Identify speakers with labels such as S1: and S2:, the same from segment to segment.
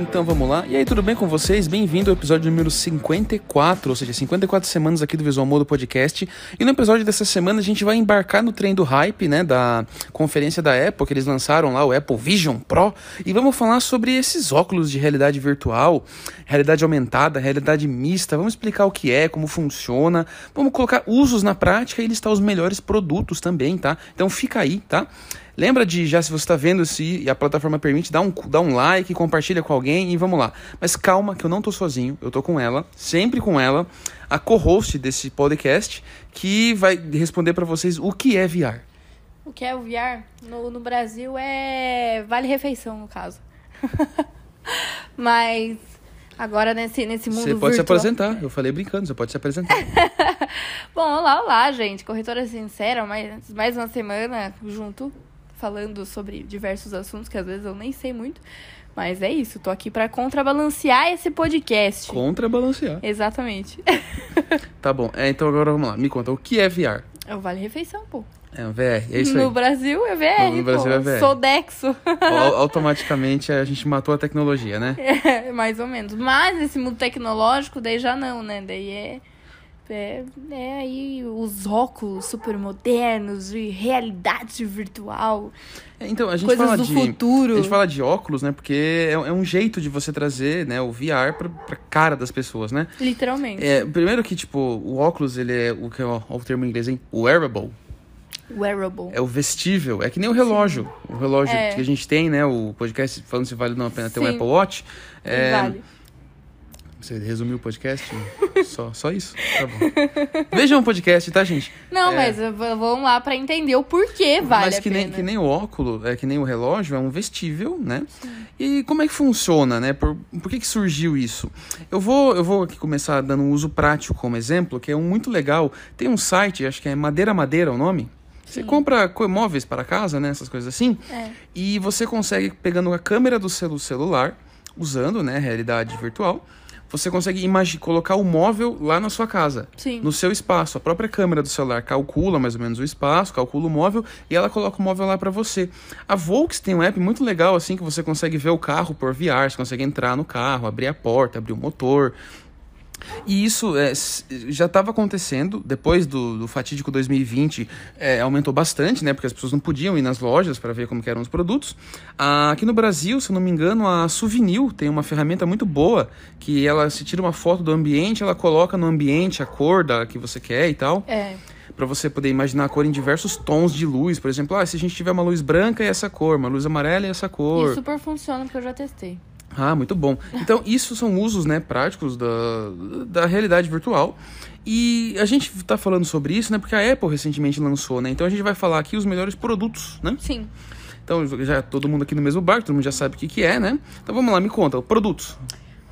S1: Então vamos lá. E aí, tudo bem com vocês? Bem-vindo ao episódio número 54, ou seja, 54 semanas aqui do Visual Modo Podcast. E no episódio dessa semana a gente vai embarcar no trem do hype, né, da conferência da Apple, que eles lançaram lá o Apple Vision Pro, e vamos falar sobre esses óculos de realidade virtual, realidade aumentada, realidade mista. Vamos explicar o que é, como funciona, vamos colocar usos na prática e listar os melhores produtos também, tá? Então fica aí, tá? Lembra de, já se você está vendo se a plataforma permite, dá um, dá um like, compartilha com alguém e vamos lá. Mas calma que eu não tô sozinho, eu tô com ela, sempre com ela, a co-host desse podcast, que vai responder para vocês o que é VR.
S2: O que é o VR no, no Brasil é vale refeição, no caso. Mas agora nesse, nesse mundo
S1: Você pode se
S2: virtual-
S1: apresentar, eu falei brincando, você pode se apresentar.
S2: Bom, olá, olá, gente. Corretora Sincera, mais, mais uma semana junto, falando sobre diversos assuntos que às vezes eu nem sei muito. Mas é isso, tô aqui pra contrabalancear esse podcast.
S1: Contrabalancear.
S2: Exatamente.
S1: Tá bom, é, então agora vamos lá, me conta, o que é VR?
S2: É o Vale Refeição, pô.
S1: É VR, é isso
S2: no
S1: aí.
S2: Brasil é VR,
S1: No Brasil
S2: pô.
S1: é VR.
S2: Sou Dexo.
S1: Au- Automaticamente a gente matou a tecnologia, né?
S2: É, mais ou menos. Mas esse mundo tecnológico, daí já não, né? Daí é. É, é aí os óculos super modernos e realidade virtual,
S1: É, Então, a gente
S2: coisas
S1: fala
S2: do
S1: de...
S2: futuro.
S1: A gente fala de óculos, né? Porque é, é um jeito de você trazer né, o VR pra, pra cara das pessoas, né?
S2: Literalmente.
S1: É, primeiro que, tipo, o óculos, ele é o que é ó, ó o termo em inglês, hein? Wearable.
S2: Wearable.
S1: É o vestível. É que nem o relógio. O relógio
S2: É.
S1: que a gente tem, né? O podcast falando se vale ou não a pena ter um
S2: Sim.
S1: Apple Watch. É,
S2: Vale.
S1: Você resumiu o podcast? só, só isso? Tá bom. Vejam o podcast, tá, gente?
S2: Não,
S1: é.
S2: mas v- vamos lá pra entender o porquê vale
S1: Mas
S2: a
S1: que
S2: pena.
S1: nem, que nem o óculo, é que nem o relógio, é um vestível, né? E como é que funciona, né? Por, por que, que surgiu isso? Eu vou, eu vou aqui começar dando um uso prático como exemplo, que é um muito legal. Tem um site, acho que é Madeira Madeira o nome. Você compra co- móveis para casa, né? Essas coisas assim.
S2: É.
S1: E você consegue, pegando a câmera do celu- celular, usando, né? Realidade virtual. Você consegue imagi- colocar o móvel lá na sua casa
S2: Sim.
S1: no seu espaço. A própria câmera do celular calcula mais ou menos o espaço, calcula o móvel e ela coloca o móvel lá para você. A Volks tem um app muito legal assim que você consegue ver o carro por VR, você consegue entrar no carro, abrir a porta, abrir o motor. E isso é, s- já estava acontecendo depois do, do fatídico 2020, é, aumentou bastante, né? Porque as pessoas não podiam ir nas lojas para ver como que eram os produtos. Ah, aqui no Brasil, se eu não me engano, a Souvenir tem uma ferramenta muito boa que ela se tira uma foto do ambiente, ela coloca no ambiente a cor da que você quer e tal,
S2: É.
S1: para você poder imaginar a cor em diversos tons de luz. Por exemplo, ah, se a gente tiver uma luz branca é essa cor, uma luz amarela é essa cor.
S2: E super funciona porque eu já testei.
S1: Ah, muito bom. Então, isso são usos né, práticos da, da realidade virtual. E a gente está falando sobre isso, né? Porque a Apple recentemente lançou, né? Então a gente vai falar aqui os melhores produtos, né?
S2: Sim.
S1: Então, já todo mundo aqui no mesmo barco, todo mundo já sabe o que, que é, né? Então vamos lá, me conta, produtos.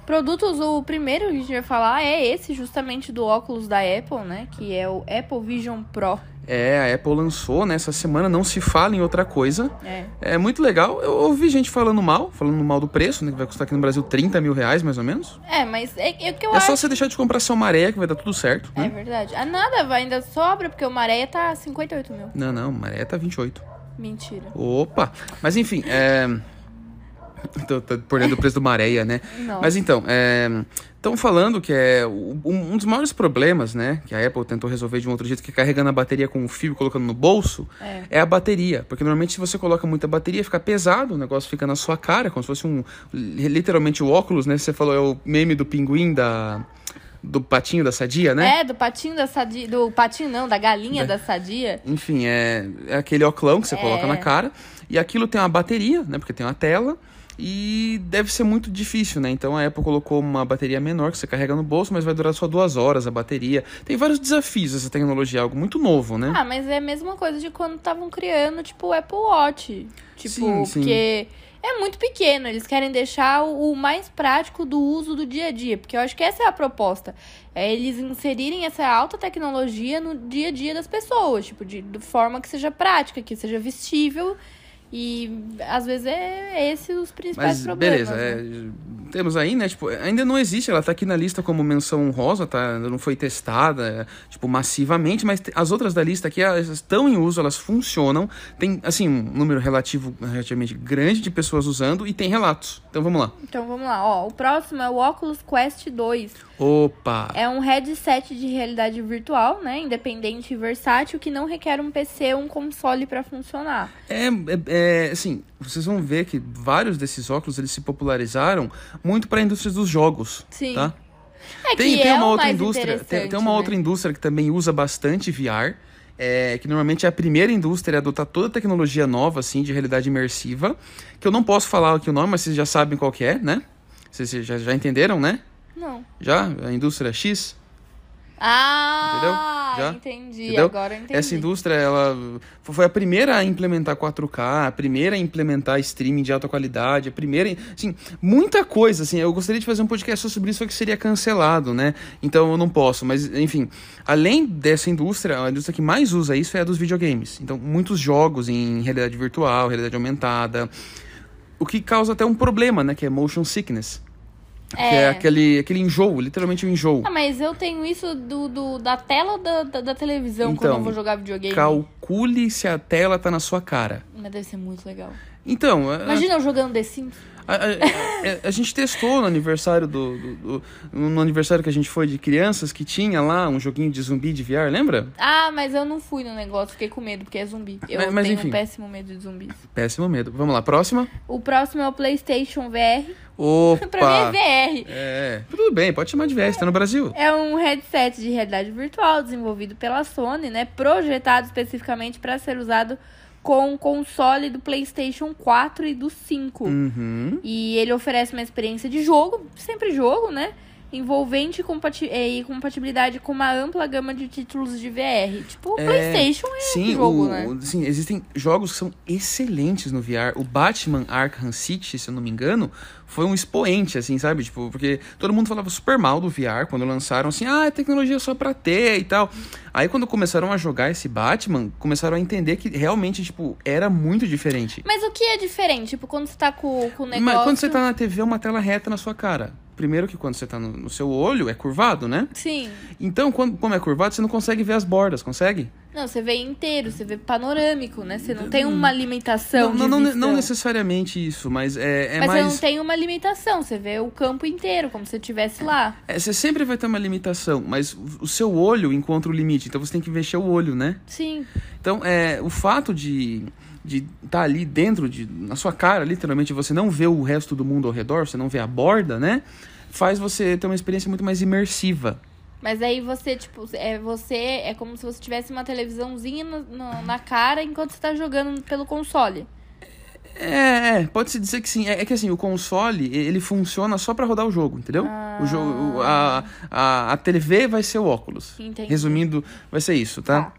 S2: Produtos, o primeiro que a gente vai falar é esse, justamente do óculos da Apple, né? Que é o Apple Vision Pro.
S1: É, a Apple lançou, né? Essa semana não se fala em outra coisa.
S2: É.
S1: É muito legal. Eu ouvi gente falando mal, falando mal do preço, né? Que vai custar aqui no Brasil 30 mil reais, mais ou menos.
S2: É, mas é, é o que eu
S1: É
S2: acho.
S1: só você deixar de comprar seu maré, que vai dar tudo certo,
S2: É
S1: né?
S2: verdade. Ah, nada, vai, ainda sobra, porque o Maréia tá 58 mil.
S1: Não, não, maré tá 28.
S2: Mentira.
S1: Opa! Mas enfim, é. Tô, tô por dentro do preço do Maréia, né?
S2: Não.
S1: Mas então, estão falando que é um, um dos maiores problemas, né? Que a Apple tentou resolver de um outro jeito, que é carregando a bateria com o fio e colocando no bolso,
S2: É.
S1: é a bateria. Porque normalmente se você coloca muita bateria, fica pesado, o negócio fica na sua cara, como se fosse um. Literalmente o óculos, né? Você falou, é o meme do pinguim da. Do patinho da sadia, né?
S2: É, do patinho da sadia. Do patinho não, da galinha da sadia.
S1: Enfim, é, é aquele oclão que você coloca
S2: É.
S1: na cara. E aquilo tem uma bateria, né? Porque tem uma tela. E deve ser muito difícil, né? Então a Apple colocou uma bateria menor que você carrega no bolso, mas vai durar só duas horas a bateria. Tem vários desafios essa tecnologia, é algo muito novo, né?
S2: Ah, mas é a mesma coisa de quando estavam criando, tipo, o Apple Watch. Tipo,
S1: Sim, sim.
S2: porque é muito pequeno. Eles querem deixar o, o mais prático do uso do dia a dia. Porque eu acho que essa é a proposta. É eles inserirem essa alta tecnologia no dia a dia das pessoas. Tipo, de, de forma que seja prática, que seja vestível. E às vezes é esse os principais
S1: mas
S2: problemas.
S1: beleza,
S2: né?
S1: é, temos aí, né? Tipo, ainda não existe, ela tá aqui na lista como menção honrosa, tá? Não foi testada, tipo, massivamente, mas as outras da lista aqui, elas estão em uso, elas funcionam. Tem, assim, um número relativo, relativamente grande de pessoas usando e tem relatos. Então vamos lá.
S2: Então vamos lá, ó. O próximo é o Oculus Quest 2.
S1: Opa!
S2: É um headset de realidade virtual, né? Independente e versátil, que não requer um PC ou um console para funcionar.
S1: É, é, é, assim, vocês vão ver que vários desses óculos eles se popularizaram muito para a indústria dos jogos.
S2: Sim.
S1: Tá?
S2: É
S1: tem,
S2: que
S1: tem
S2: é
S1: uma
S2: o
S1: outra
S2: mais
S1: indústria, tem, tem uma
S2: interessante,
S1: outra
S2: né?
S1: indústria que também usa bastante VR, é, que normalmente é a primeira indústria a adotar toda a tecnologia nova, assim, de realidade imersiva, que eu não posso falar aqui o nome, mas vocês já sabem qual que é, né? Vocês já, já entenderam, né?
S2: Não.
S1: Já? A indústria X?
S2: Ah,
S1: Já?
S2: entendi.
S1: Entendeu?
S2: Agora eu entendi.
S1: Essa indústria, ela foi a primeira a implementar 4K, a primeira a implementar streaming de alta qualidade, a primeira, em- assim, muita coisa, assim, eu gostaria de fazer um podcast só sobre isso, só que seria cancelado, né? Então eu não posso, mas enfim, além dessa indústria, a indústria que mais usa isso é a dos videogames. Então, muitos jogos em realidade virtual, realidade aumentada, o que causa até um problema, né, que é motion sickness, que é aquele aquele enjoo, literalmente um enjoo.
S2: Ah, mas eu tenho isso do, do- da tela da, da, da televisão quando
S1: Então,
S2: eu vou jogar videogame.
S1: Calcule se a tela tá na sua cara.
S2: Mas deve ser muito legal.
S1: Então, é-
S2: Imagina eu jogando The Sims.
S1: A, a- a- a gente testou no aniversário do, do- do- No aniversário que a gente foi de crianças, que tinha lá um joguinho de zumbi de VR, lembra?
S2: Ah, mas eu não fui no negócio, fiquei com medo, porque é zumbi. Eu
S1: Mas- mas
S2: tenho
S1: enfim.
S2: péssimo medo de zumbis.
S1: Péssimo medo. Vamos lá, próxima.
S2: O próximo é o PlayStation VR.
S1: Opa!
S2: pra mim é VR.
S1: É, tudo bem, pode chamar de VR, você tá no Brasil.
S2: É um headset de realidade virtual desenvolvido pela Sony, né? Projetado especificamente para ser usado com o console do PlayStation 4 e do 5.
S1: Uhum.
S2: E ele oferece uma experiência de jogo, sempre jogo, né? Envolvente e compati- eh, e compatibilidade com uma ampla gama de títulos de VR. Tipo, o
S1: É,
S2: PlayStation é
S1: Sim,
S2: jogo,
S1: o-
S2: né?
S1: o- sim, existem jogos que são excelentes no VR. O Batman Arkham City, se eu não me engano, foi um expoente, assim, sabe? Tipo, porque todo mundo falava super mal do VR quando lançaram, assim, ah, é tecnologia só pra ter e tal. Aí quando começaram a jogar esse Batman, começaram a entender que realmente, tipo, era muito diferente.
S2: Mas o que é diferente? Tipo, quando você tá com, com o negócio.
S1: Mas quando você tá na TV, é uma tela reta na sua cara. Primeiro que quando você tá no, no seu olho, é curvado, né?
S2: Sim.
S1: Então, quando, como é curvado, você não consegue ver as bordas, consegue?
S2: Não, você vê inteiro, você vê panorâmico, né? Você não tem uma limitação.
S1: Hum. não, não,
S2: Então, de
S1: não,
S2: visão.
S1: não necessariamente isso, mas é, é
S2: Mas um
S1: mais...
S2: você não tem uma limitação, você vê o campo inteiro, como se você estivesse lá.
S1: É, você sempre vai ter uma limitação, mas o- o seu olho encontra o limite, então você tem que mexer o olho, né?
S2: Sim.
S1: Então, é, o fato de de tá ali dentro, de, na sua cara, literalmente, você não vê o resto do mundo ao redor, você não vê a borda, né? Faz você ter uma experiência muito mais imersiva.
S2: Mas aí você, tipo, é você é como se você tivesse uma televisãozinha no- no- na cara enquanto você tá jogando pelo console.
S1: É, é pode-se dizer que sim. É, é que assim, o console, e- ele funciona só pra rodar o jogo, entendeu? O jogo, o- a, a, a TV vai ser o óculos.
S2: Entendi.
S1: Resumindo, vai ser isso, tá?
S2: Tá.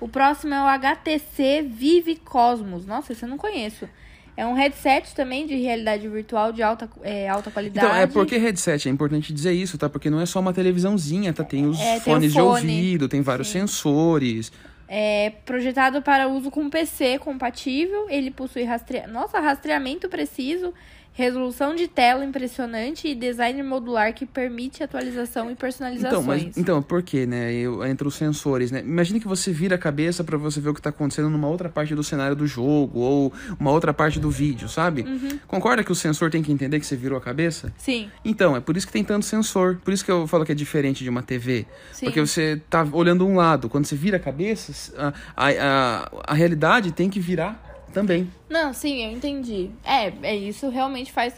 S2: O próximo é o HTC Vive Cosmos. Nossa, esse eu não conheço. É um headset também de realidade virtual de alta, é, alta qualidade.
S1: Então, é porque headset, é importante dizer isso, tá? Porque não é só uma televisãozinha, tá? Tem os
S2: É, tem o
S1: fones de
S2: fone.
S1: ouvido, tem vários sensores.
S2: É projetado para uso com PC compatível. Ele possui rastre... Nossa, rastreamento preciso, resolução de tela impressionante e design modular que permite atualização e
S1: Então,
S2: personalizações.
S1: mas, então, por quê, né? Eu, entre os sensores, né? Imagina que você vira a cabeça pra você ver o que tá acontecendo numa outra parte do cenário do jogo ou uma outra parte do vídeo, sabe?
S2: Uhum.
S1: Concorda que o sensor tem que entender que você virou a cabeça?
S2: Sim,
S1: Então, é por isso que tem tanto sensor. Por isso que eu falo que é diferente de uma TV.
S2: Sim.
S1: Porque você tá olhando um lado. Quando você vira a cabeça, a, a, a, a realidade tem que virar também.
S2: Não, sim, eu entendi. É, é isso realmente faz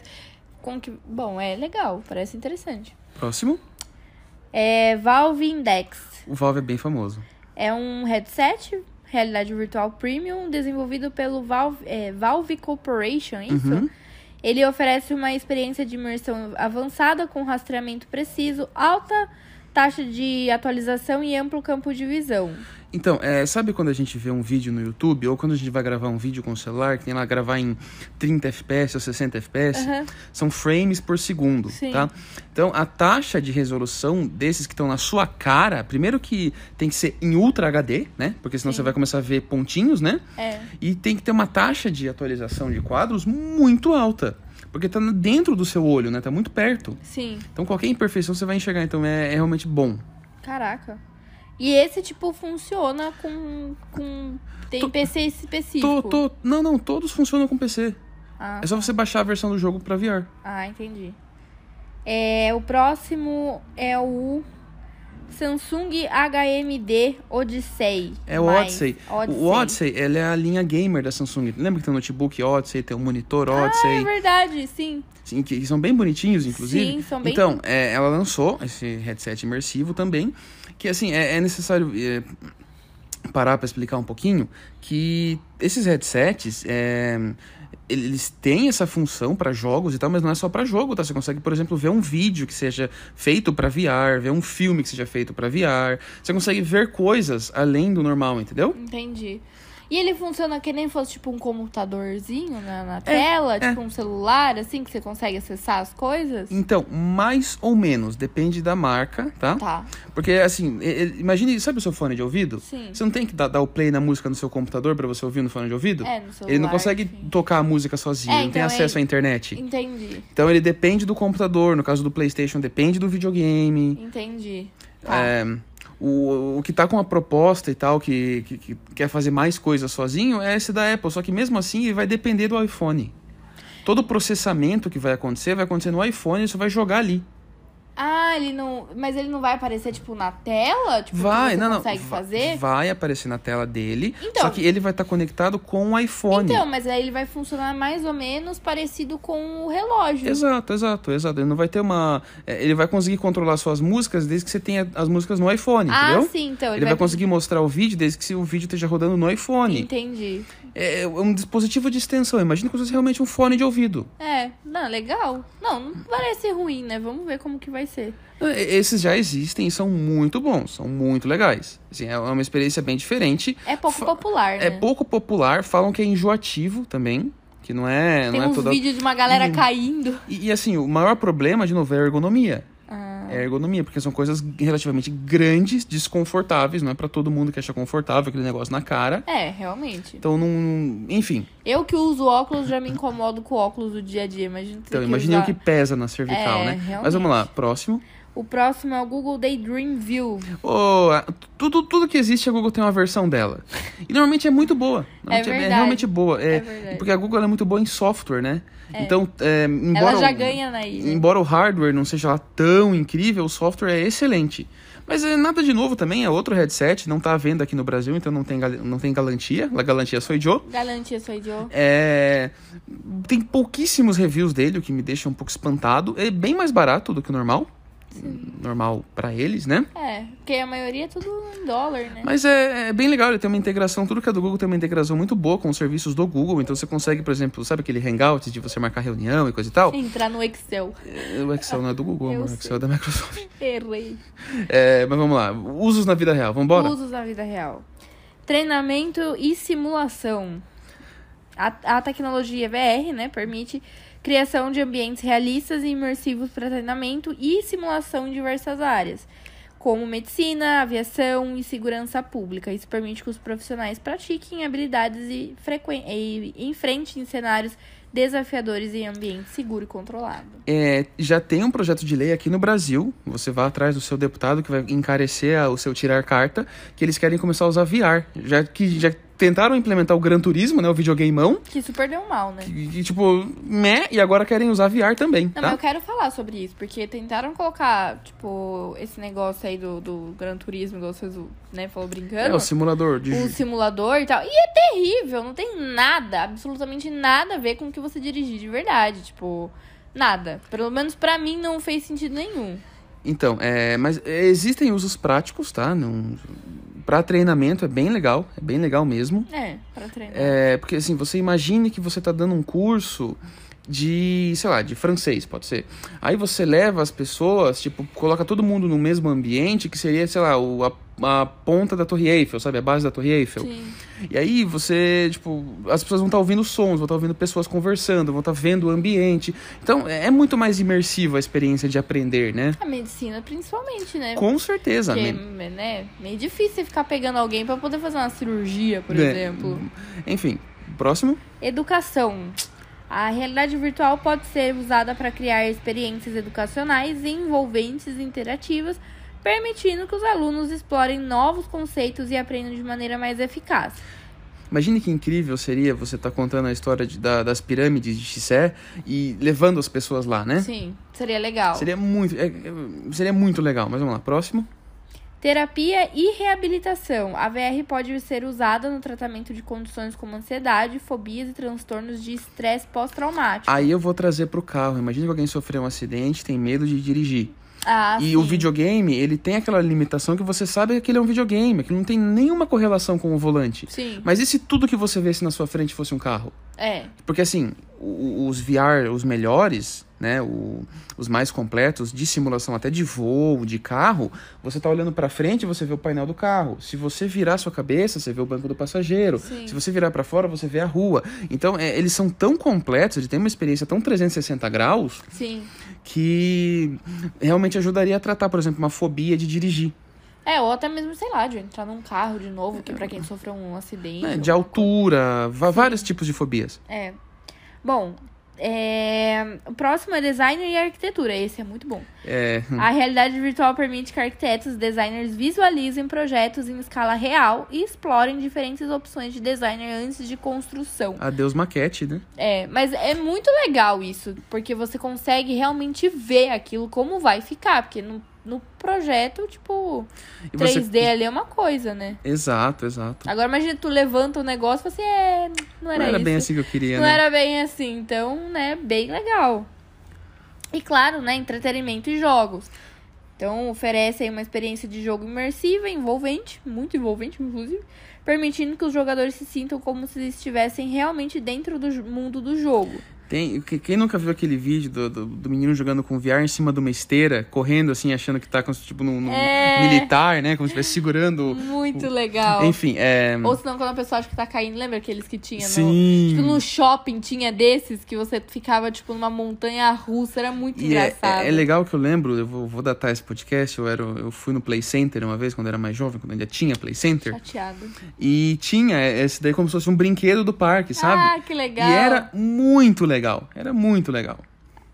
S2: com que. Bom, é legal, parece interessante.
S1: Próximo.
S2: É Valve Index.
S1: O Valve é bem famoso.
S2: É um headset, realidade virtual premium, desenvolvido pelo Valve, é, Valve Corporation, é isso?
S1: Uhum.
S2: Ele oferece uma experiência de imersão avançada com rastreamento preciso, alta taxa de atualização e amplo campo de visão.
S1: Então, é, sabe quando a gente vê um vídeo no YouTube, ou quando a gente vai gravar um vídeo com o celular, que tem lá gravar em 30 FPS ou 60 FPS?
S2: Aham.
S1: São frames por segundo,
S2: Sim.
S1: tá? Então, a taxa de resolução desses que estão na sua cara, primeiro que tem que ser em Ultra HD, né? Porque senão
S2: Sim.
S1: você vai começar a ver pontinhos, né?
S2: É.
S1: E tem que ter uma taxa de atualização de quadros muito alta. Porque tá dentro do seu olho, né? Tá muito perto.
S2: Sim.
S1: Então qualquer imperfeição você vai enxergar, então é, é realmente bom.
S2: Caraca. E esse, tipo, funciona com. com... Tem
S1: To-
S2: PC
S1: Tô,
S2: específico.
S1: tô, não, não, todos funcionam com PC.
S2: Ah,
S1: É só você baixar a versão do jogo pra VR.
S2: ah, entendi. É, o próximo é o Samsung HMD Odyssey.
S1: É o
S2: Mais.
S1: Odyssey.
S2: Odyssey.
S1: O Odyssey, ela é a linha gamer da Samsung. Lembra que tem um notebook Odyssey, tem um monitor
S2: É
S1: Odyssey,
S2: verdade, sim.
S1: sim, que que são bem bonitinhos, inclusive.
S2: Sim, são bem
S1: Então, é, ela lançou esse headset imersivo também, que assim, é, é necessário é, parar para explicar um pouquinho que esses headsets, é, eles têm essa função para jogos e tal, mas não é só para jogo, tá? Você consegue, por exemplo, ver um vídeo que seja feito para VR, ver um filme que seja feito para VR, você consegue ver coisas além do normal, entendeu?
S2: Entendi. E ele funciona que nem fosse tipo um computadorzinho na,
S1: É,
S2: na tela, tipo um celular, assim, que você consegue acessar as coisas?
S1: Então, mais ou menos, depende da marca, tá?
S2: Tá,
S1: Porque, assim, e- e- imagine, sabe o seu fone de ouvido?
S2: sim.
S1: Você não tem que dar, dar o play na música no seu computador pra você ouvir no fone de ouvido?
S2: É, no celular.
S1: ele não consegue
S2: enfim.
S1: tocar a música sozinho,
S2: É,
S1: ele não tem
S2: então
S1: acesso
S2: é-
S1: à internet.
S2: Entendi,
S1: Então ele depende do computador, no caso do PlayStation, depende do videogame.
S2: entendi. Tá.
S1: É, o, o que tá com a proposta e tal, que, que, que quer fazer mais coisas sozinho, é esse da Apple. Só que mesmo assim, ele vai depender do iPhone. Todo o processamento que vai acontecer, vai acontecer no iPhone, e você vai jogar ali.
S2: Ah, ele não. Mas ele não vai aparecer, tipo, na tela? Tipo, que
S1: Vai,
S2: você
S1: não, não.
S2: consegue
S1: va-
S2: fazer?
S1: Vai aparecer na tela dele.
S2: Então.
S1: Só que ele vai estar conectado com o iPhone.
S2: Então, mas aí ele vai funcionar mais ou menos parecido com o relógio.
S1: Exato, exato, exato. Ele não vai ter uma. é, Ele vai conseguir controlar suas músicas desde que você tenha as músicas no iPhone,
S2: ah,
S1: entendeu?
S2: sim, então.
S1: Ele vai conseguir mostrar o vídeo desde que se- o vídeo esteja rodando no iPhone.
S2: Entendi.
S1: É é um dispositivo de extensão. Imagina como se fosse realmente um fone de ouvido.
S2: É, não, legal. Não, não parece ruim, né? Vamos ver como que vai ser.
S1: É, Esses já existem e são muito bons, são muito legais. Assim, é uma experiência bem diferente.
S2: É pouco
S1: Fa-
S2: popular,
S1: É
S2: né?
S1: pouco popular, falam que é enjoativo também, que não é,
S2: Tem um
S1: não é
S2: uns
S1: toda
S2: vídeos de uma galera
S1: Hum.
S2: caindo.
S1: E, e, assim, o maior problema, de novo, é a ergonomia.
S2: Ah,
S1: É a ergonomia, porque são coisas relativamente grandes, desconfortáveis, não é pra todo mundo que acha confortável aquele negócio na cara.
S2: é, realmente.
S1: Então não. Enfim.
S2: Eu que uso óculos já me incomodo com o óculos do dia a dia. Imagina ter
S1: Então,
S2: que
S1: imagina o
S2: usar.
S1: que pesa na cervical,
S2: É,
S1: né?
S2: realmente.
S1: Mas vamos lá, próximo.
S2: O próximo é o Google Daydream View.
S1: Ô, a- tudo, tudo que existe, a Google tem uma versão dela. E normalmente é muito boa. Normalmente
S2: verdade.
S1: realmente boa.
S2: É,
S1: É,
S2: verdade.
S1: porque a Google ela é muito boa em software, né? Então, é, embora.
S2: Ela já
S1: o-
S2: ganha na ilha.
S1: Embora o hardware não seja lá tão incrível, o software é excelente. Mas é nada de novo também, é outro headset, não tá à venda aqui no Brasil, então não tem, gal- não tem garantia. A garantia sou Joe.
S2: Galantia sou idiota.
S1: É, tem pouquíssimos reviews dele, o que me deixa um pouco espantado. É bem mais barato do que o normal. Normal pra eles, né?
S2: É, porque a maioria é tudo em dólar, né?
S1: Mas é, é bem legal, ele tem uma integração, tudo que é do Google tem uma integração muito boa com os serviços do Google. Então você consegue, por exemplo, sabe aquele Hangout de você marcar reunião e coisa e tal?
S2: Entrar no Excel.
S1: É, O Excel não é do Google,
S2: Eu
S1: amor, o
S2: sei.
S1: Excel é da Microsoft.
S2: Errei.
S1: É, mas vamos lá. Usos na vida real. Vambora?
S2: Usos na vida real. Treinamento e simulação. A, a tecnologia VR, né, permite criação de ambientes realistas e imersivos para treinamento e simulação em diversas áreas, como medicina, aviação e segurança pública. Isso permite que os profissionais pratiquem habilidades e, frequen- e enfrentem cenários desafiadores em ambiente seguro e controlado.
S1: É, já tem um projeto de lei aqui no Brasil. Você vai atrás do seu deputado que vai encarecer a- o seu tirar carta, que eles querem começar a usar VR. Já que já tentaram implementar o Gran Turismo, né? O videogameão.
S2: Que super deu mal, né?
S1: Que, que, tipo, meh, e agora querem usar VR também.
S2: Não,
S1: tá?
S2: mas eu quero falar sobre isso, porque tentaram colocar, tipo, esse negócio aí do, do Gran Turismo, igual vocês né, falou
S1: É
S2: brincando.
S1: o simulador de.
S2: o simulador e tal. E é terrível, não tem nada, absolutamente nada a ver com o que você dirigir de verdade. Tipo, nada. Pelo menos pra mim não fez sentido nenhum.
S1: Então, é, mas é, existem usos práticos, tá? Não... Pra treinamento é bem legal, é bem legal mesmo.
S2: É, pra treinar.
S1: É, porque assim, você imagine que você tá dando um curso de, sei lá, de francês, pode ser. Aí você leva as pessoas, tipo, coloca todo mundo no mesmo ambiente, que seria, sei lá, o, a, a ponta da Torre Eiffel, sabe? A base da Torre Eiffel.
S2: Sim.
S1: E aí você, tipo, as pessoas vão estar ouvindo sons, vão estar ouvindo pessoas conversando, vão estar vendo o ambiente. Então, é é muito mais imersiva a experiência de aprender, né?
S2: A medicina principalmente, né?
S1: Com certeza,
S2: porque,
S1: né?
S2: né, meio difícil você ficar pegando alguém pra poder fazer uma cirurgia, por
S1: É.
S2: exemplo.
S1: Enfim, próximo.
S2: Educação. A realidade virtual pode ser usada para criar experiências educacionais e envolventes e interativas, permitindo que os alunos explorem novos conceitos e aprendam de maneira mais eficaz.
S1: Imagine que incrível seria você estar contando a história de- da- das pirâmides de Xé e levando as pessoas lá, né?
S2: Sim, seria legal.
S1: Seria muito, é, é, seria muito legal. Mas vamos lá, próximo.
S2: Terapia e reabilitação. A VR pode ser usada no tratamento de condições como ansiedade, fobias e transtornos de estresse pós-traumático.
S1: Aí eu vou trazer pro carro. Imagina que alguém sofreu um acidente, tem medo de dirigir.
S2: Ah,
S1: e o
S2: sim.
S1: videogame, ele tem aquela limitação que você sabe que ele é um videogame, que não tem nenhuma correlação com o volante.
S2: Sim,
S1: Mas e se tudo que você vê na sua frente fosse um carro?
S2: é.
S1: Porque assim, o- os VR, os melhores, né, o- os mais completos de simulação até de voo, de carro, você tá olhando pra frente, você vê o painel do carro. Se você virar sua cabeça, você vê o banco do passageiro.
S2: Sim.
S1: Se você virar pra fora, você vê a rua. Então, é, eles são tão completos, eles têm uma experiência tão 360 graus
S2: Sim.
S1: que realmente ajudaria a tratar, por exemplo, uma fobia de dirigir,
S2: É, ou até mesmo, sei lá, de entrar num carro de novo, que pra quem sofreu um acidente.
S1: né,
S2: ou
S1: de
S2: alguma coisa.
S1: altura, va- vários tipos de fobias.
S2: É. Bom, é, o próximo é design e arquitetura. Esse é muito bom.
S1: É,
S2: A realidade virtual permite que arquitetos e designers visualizem projetos em escala real e explorem diferentes opções de designer antes de construção.
S1: adeus maquete, né?
S2: É, mas é muito legal isso, porque você consegue realmente ver aquilo como vai ficar, porque no, no projeto, tipo,
S1: E
S2: 3D
S1: você...
S2: ali é uma coisa, né?
S1: Exato, exato.
S2: Agora imagina tu levanta o negócio e fala assim, é, não era,
S1: não era
S2: isso.
S1: bem assim que eu queria,
S2: Não
S1: né?
S2: era bem assim, então, né, bem legal. E claro, né, entretenimento e jogos. Então, oferece aí uma experiência de jogo imersiva, envolvente, muito envolvente, inclusive, permitindo que os jogadores se sintam como se estivessem realmente dentro do jo- mundo do jogo.
S1: Tem, que- quem nunca viu aquele vídeo do, do, do menino jogando com VR em cima de uma esteira, correndo assim, achando que tá com, tipo num, num
S2: É.
S1: militar, né? Como se estivesse segurando.
S2: Muito legal.
S1: Enfim, é.
S2: Ou senão, quando a pessoa acha que tá caindo, lembra aqueles que tinha no...
S1: Sim.
S2: Tipo, no shopping tinha desses que você ficava, tipo, numa montanha russa, era muito
S1: E é,
S2: engraçado.
S1: é- é legal que eu lembro, eu vou, vou datar esse podcast, eu, era, eu fui no Play Center uma vez, quando eu era mais jovem, quando ainda tinha Play Center,
S2: Chateado.
S1: e tinha esse daí como se fosse um brinquedo do parque, sabe?
S2: Ah, que
S1: e
S2: legal.
S1: era muito legal, era muito legal.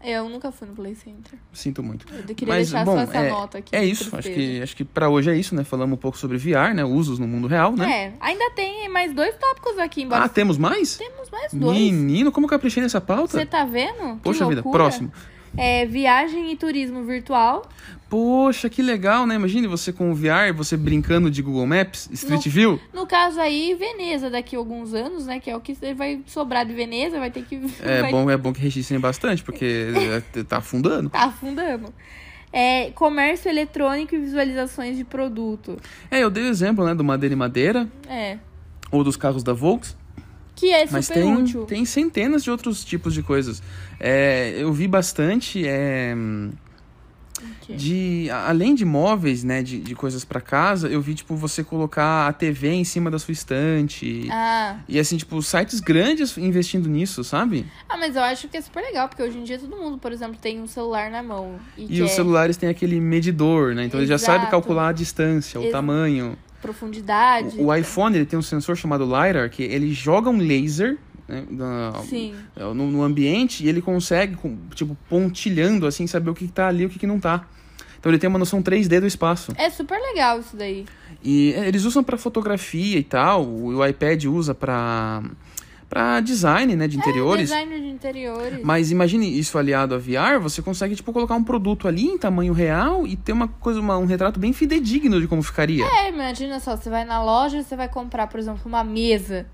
S2: Eu nunca fui no Play Center.
S1: Sinto muito.
S2: Eu queria
S1: Mas,
S2: deixar
S1: bom,
S2: só essa
S1: é-
S2: nota aqui.
S1: É
S2: de
S1: isso, acho
S2: tristeza.
S1: que, acho que para hoje é isso, né? Falamos um pouco sobre VR, né? Usos no mundo real, né?
S2: É, ainda tem mais dois tópicos aqui
S1: ah,
S2: embaixo.
S1: temos mais?
S2: Temos mais dois.
S1: Menino, como que eu caprichei nessa pauta?
S2: Você tá vendo? Que
S1: Poxa vida,
S2: loucura.
S1: próximo.
S2: É, viagem e turismo virtual.
S1: Poxa, que legal, né? Imagine você com o VR, você brincando de Google Maps, Street View.
S2: No caso aí, Veneza daqui a alguns anos, né? Que é o que vai sobrar de Veneza, vai ter que...
S1: É
S2: vai
S1: bom, é bom que registrem bastante, porque é, tá afundando.
S2: Tá afundando. É, comércio eletrônico e visualizações de produto.
S1: É, eu dei o exemplo, né, do Madeira e Madeira,
S2: É.
S1: ou dos carros da Volks,
S2: Que é super
S1: mas tem,
S2: útil.
S1: tem centenas de outros tipos de coisas. É, eu vi bastante, é,
S2: Ok.
S1: De, a- além de móveis, né, de, de coisas pra casa, eu vi, tipo, você colocar a TV em cima da sua estante.
S2: Ah,
S1: E assim, tipo, sites grandes investindo nisso, sabe?
S2: Ah, mas eu acho que é super legal, porque hoje em dia todo mundo, por exemplo, tem um celular na mão. E,
S1: E
S2: que
S1: os
S2: é
S1: celulares têm aquele medidor, né? Então ele já sabe
S2: Exato.
S1: calcular a distância, o
S2: Ex-
S1: tamanho.
S2: profundidade.
S1: O, o iPhone, ele tem um sensor chamado LiDAR, que ele joga um laser né, na- é,
S2: Sim.
S1: no, no ambiente e ele consegue, com- tipo, pontilhando, assim, saber o que, que tá ali e o que, que não tá. Então ele tem uma noção 3D do espaço.
S2: É super legal isso daí.
S1: E é, eles usam pra fotografia e tal, o, o iPad usa pra para design,
S2: É,
S1: né, de interiores.
S2: Designer de interiores.
S1: mas imagine isso aliado a VR, você consegue tipo colocar um produto ali em tamanho real e ter uma coisa, uma- um retrato bem fidedigno de como ficaria.
S2: É, imagina só, você vai na loja, você vai comprar, por exemplo, uma mesa.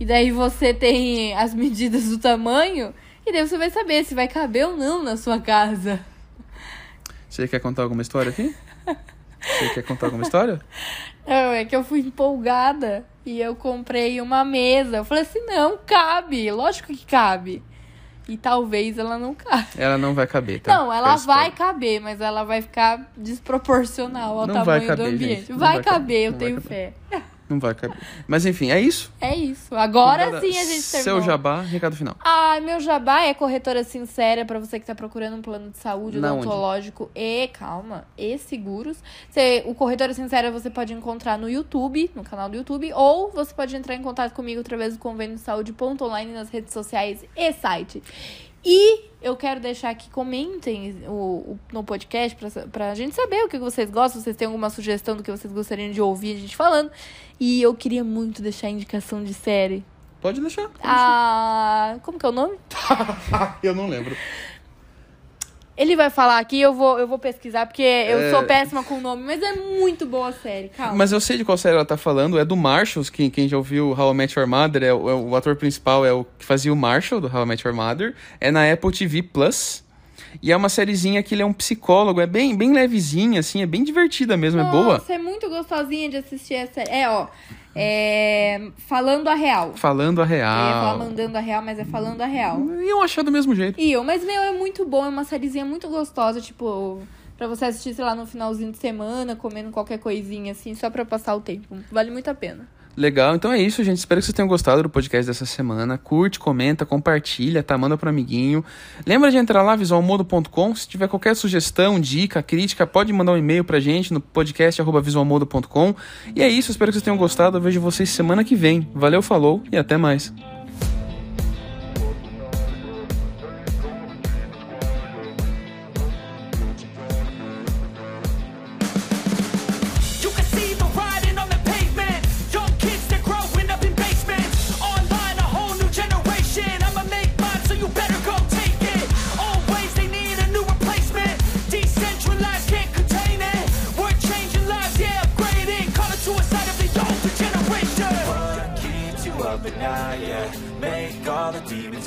S2: E daí você tem as medidas do tamanho. E daí você vai saber se vai caber ou não na sua casa.
S1: Você quer contar alguma história aqui? Você quer contar alguma história?
S2: Não, é que eu fui empolgada e eu comprei uma mesa. Eu falei assim, não, cabe. Lógico que cabe. E talvez ela não cabe.
S1: Ela não vai caber, tá?
S2: Não, ela
S1: Essa história.
S2: vai caber, mas ela vai ficar desproporcional ao
S1: Não vai
S2: tamanho do
S1: caber,
S2: ambiente.
S1: gente, não
S2: Vai,
S1: vai
S2: caber,
S1: caber,
S2: eu
S1: não vai
S2: tenho
S1: caber.
S2: fé.
S1: Não Não vai caber. Mas enfim, é isso.
S2: É isso. Agora
S1: Obrigada.
S2: sim a gente terminou.
S1: Então, Seu jabá, recado final.
S2: Ai, meu jabá é corretora sincera pra você que tá procurando um plano de saúde
S1: Na
S2: odontológico e, calma, e seguros. Você- o Corretora Sincera você pode encontrar no YouTube, no canal do YouTube, ou você pode entrar em contato comigo através do convênio de saúde.online nas redes sociais e site. E eu quero deixar que comentem o, o- no podcast pra, sa- pra gente saber o que vocês gostam, se vocês têm alguma sugestão do que vocês gostariam de ouvir a gente falando. E eu queria muito deixar a indicação de série.
S1: Pode deixar. pode
S2: Ah, como que é o nome? Ah.
S1: deixar. Eu não lembro.
S2: Ele vai falar aqui, eu vou, eu vou pesquisar, porque eu
S1: É.
S2: sou péssima com o nome, mas é muito boa a série, calma.
S1: Mas eu sei de qual série ela tá falando. É do Marshalls, que, quem já ouviu How I Met Your Mother, é o, é o ator principal é o que fazia o Marshall do How I Met Your Mother. É na Apple TV Plus. E é uma sériezinha que ele é um psicólogo. É bem, bem levezinha, assim. É bem divertida mesmo. é boa.
S2: Nossa, é muito gostosinha de assistir essa série. É, ó, é... Falando a Real.
S1: Falando a
S2: Eu ia falar
S1: real.
S2: mandando a real, mas é falando a real.
S1: E eu achar do mesmo jeito.
S2: E eu, mas, meu, é muito bom, é uma sériezinha muito gostosa, tipo... Pra você assistir, sei lá, no finalzinho de semana, comendo qualquer coisinha, assim, só pra passar o tempo. Vale muito a pena.
S1: Legal, então é isso, gente. Espero que vocês tenham gostado do podcast dessa semana. Curte, comenta, compartilha, tá? Manda pro amiguinho. Lembra de entrar lá, visualmodo.com. Se tiver qualquer sugestão, dica, crítica, pode mandar um e-mail pra gente no podcast arroba visualmodo.com. E é isso, espero que vocês tenham gostado. Eu vejo vocês semana que vem. Valeu, falou e até mais.
S3: You can see them riding on the pavement. Young kids, they're growing up in basements. Online, a whole new generation. I'ma make mine, so you better go take it. Always, they need a new replacement. Decentralized, can't contain it. We're changing lives, yeah, upgrading. Call it suicide of the older generation.
S4: What keeps you up at night, yeah? Make all the demons